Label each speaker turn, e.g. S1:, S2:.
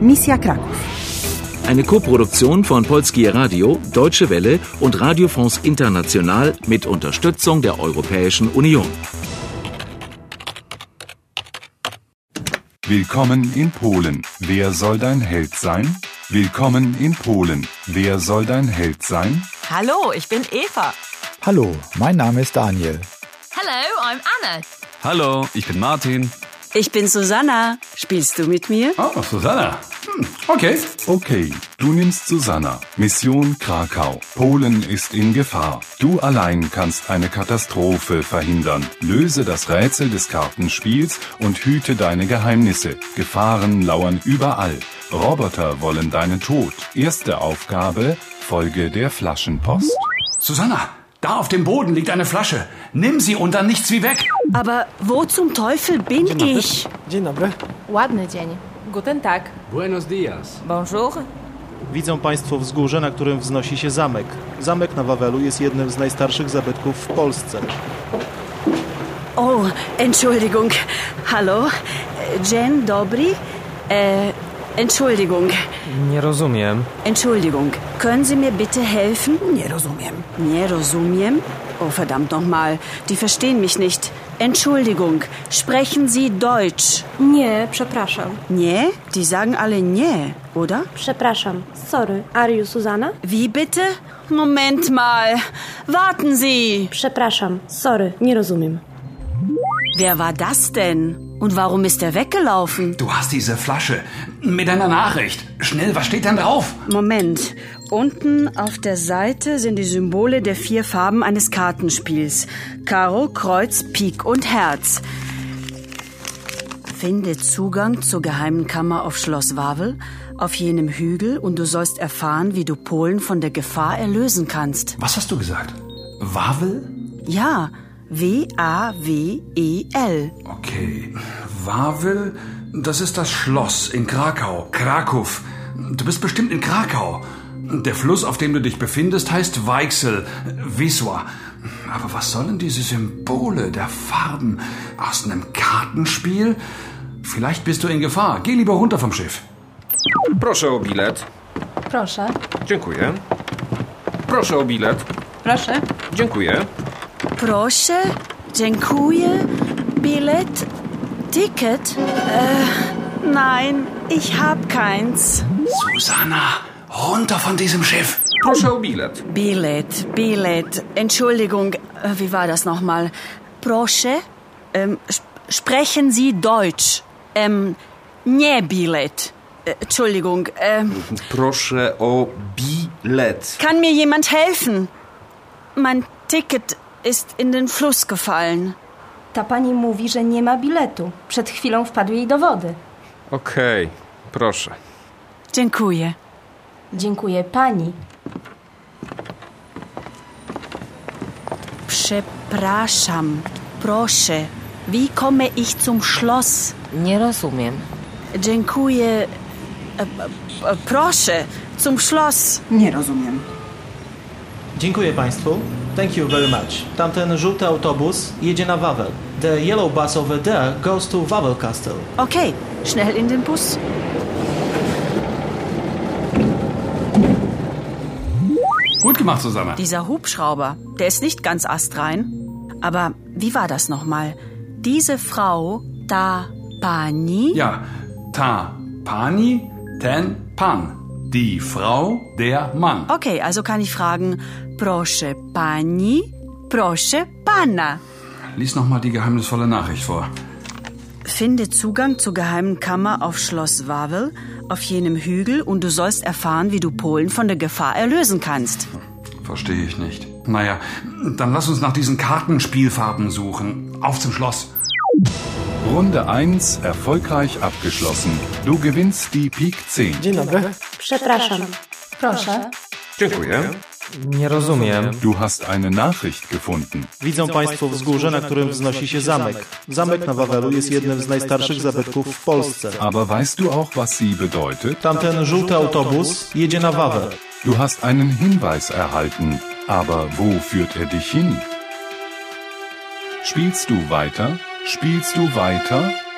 S1: Misja Kraków.
S2: Eine Koproduktion von Polskie Radio, Deutsche Welle und Radio France International mit Unterstützung der Europäischen Union.
S3: Willkommen in Polen. Wer soll dein Held sein? Willkommen in Polen. Wer soll dein Held sein?
S4: Hallo, ich bin Eva.
S5: Hallo, mein Name ist Daniel.
S6: Hello, I'm Anna.
S7: Hallo, ich bin Martin.
S8: Ich bin Susanna. Spielst du mit mir?
S7: Oh, Susanna. Hm, okay.
S3: Okay, du nimmst Susanna. Mission Krakau. Polen ist in Gefahr. Du allein kannst eine Katastrophe verhindern. Löse das Rätsel des Kartenspiels und hüte deine Geheimnisse. Gefahren lauern überall. Roboter wollen deinen Tod. Erste Aufgabe, Folge der Flaschenpost.
S7: Susanna, da auf dem Boden liegt eine Flasche. Nimm sie und dann nichts wie weg.
S8: Aber wo zum Teufel bin ich?
S9: Dzień dobry.
S10: Ładny dzień. Guten Tag.
S11: Buenos dias.
S12: Bonjour.
S13: Widzą Państwo wzgórze, na którym wznosi się zamek. Zamek na Wawelu jest jednym z najstarszych zabytków w Polsce.
S8: O, Entschuldigung. Hallo? Dzień dobry? E, Entschuldigung.
S14: Nie rozumiem.
S8: Entschuldigung. Können Sie mir bitte helfen?
S1: Nie rozumiem.
S8: Nie rozumiem? Oh, verdammt nochmal. Die verstehen mich nicht. Entschuldigung. Sprechen Sie Deutsch?
S15: Nie, przepraszam.
S8: Nie? Die sagen alle nie, oder?
S15: Przepraszam. Sorry. Are you Susanna?
S8: Wie bitte? Moment mal. Warten Sie.
S15: Przepraszam. Sorry. Nie rozumiem.
S8: Wer war das denn? Und warum ist er weggelaufen?
S7: Du hast diese Flasche mit einer Nachricht. Schnell, was steht denn drauf?
S8: Moment. Unten auf der Seite sind die Symbole der vier Farben eines Kartenspiels. Karo, Kreuz, Pik und Herz. Finde Zugang zur geheimen Kammer auf Schloss Wawel, auf jenem Hügel, und du sollst erfahren, wie du Polen von der Gefahr erlösen kannst.
S7: Was hast du gesagt? Wawel?
S8: Ja, E W-A-W-E-L.
S7: Okay. Wawel, das ist das Schloss in Krakau. Krakow. Du bist bestimmt in Krakau. Der Fluss, auf dem du dich befindest, heißt Weichsel, Wisła. Aber was sollen diese Symbole der Farben aus einem Kartenspiel? Vielleicht bist du in Gefahr. Geh lieber runter vom Schiff.
S16: Proszę o bilet.
S10: Proszę.
S16: Dziękuję. Proszę o bilet.
S10: Proszę.
S16: Dziękuję.
S8: Proszę, dziękuję, bilet, ticket. Äh, nein, ich hab keins.
S7: Susanna, runter von diesem Schiff.
S16: Proszę o bilet.
S8: Bilet, Bilet. Entschuldigung, äh, wie war das nochmal? Proszę, ähm, sp sprechen Sie Deutsch. Ähm, nie Bilet. Äh, Entschuldigung, ähm,
S16: Proszę o bilet.
S8: kann mir jemand helfen? Mein Ticket ist in den Fluss gefallen.
S10: Ta pani mówi, że nie ma biletu. Przed chwilą wpadł jej do wody.
S16: Okej, proszę.
S8: Dziękuję.
S10: Dziękuję pani.
S8: Przepraszam. Proszę. Wie komme ich zum Schloss?
S6: Nie rozumiem.
S8: Dziękuję. E, e, Proszę. Zum Schloss.
S1: Nie rozumiem.
S13: Dziękuję Państwu. Thank you very much. Tamten żółty autobus jedzie na Wawel. The yellow bus over there goes to Wawel Castle.
S8: Okay, schnell in den Bus.
S7: Gut gemacht, Susanna.
S8: Dieser Hubschrauber, der ist nicht ganz astrein. Aber wie war das nochmal? Diese Frau, da Pani?
S7: Ja, ta pani, ten pan. Die Frau, der Mann.
S8: Okay, also kann ich fragen, proszę Pani, proszę Pana.
S7: Lies nochmal die geheimnisvolle Nachricht vor.
S8: Finde Zugang zur geheimen Kammer auf Schloss Wawel, auf jenem Hügel, und du sollst erfahren, wie du Polen von der Gefahr erlösen kannst.
S7: Verstehe ich nicht. Naja, dann lass uns nach diesen Kartenspielfarben suchen. Auf zum Schloss.
S3: Runde 1 erfolgreich abgeschlossen. Du gewinnst die Pik 10.
S9: Dzień dobry.
S15: Przepraszam.
S10: Proszę.
S16: Dziękuję.
S14: Nie rozumiem.
S3: Du hast eine Nachricht gefunden.
S13: Widzą Państwo wzgórze, na którym wznosi się zamek. Zamek na Wawelu jest jednym z najstarszych zabytków w Polsce.
S3: Aber weißt du auch, was sie bedeutet?
S13: Tamten żółty autobus jedzie na Wawel.
S3: Du hast einen Hinweis erhalten. Aber wo führt er dich hin? Spielst du weiter? Spielst du weiter?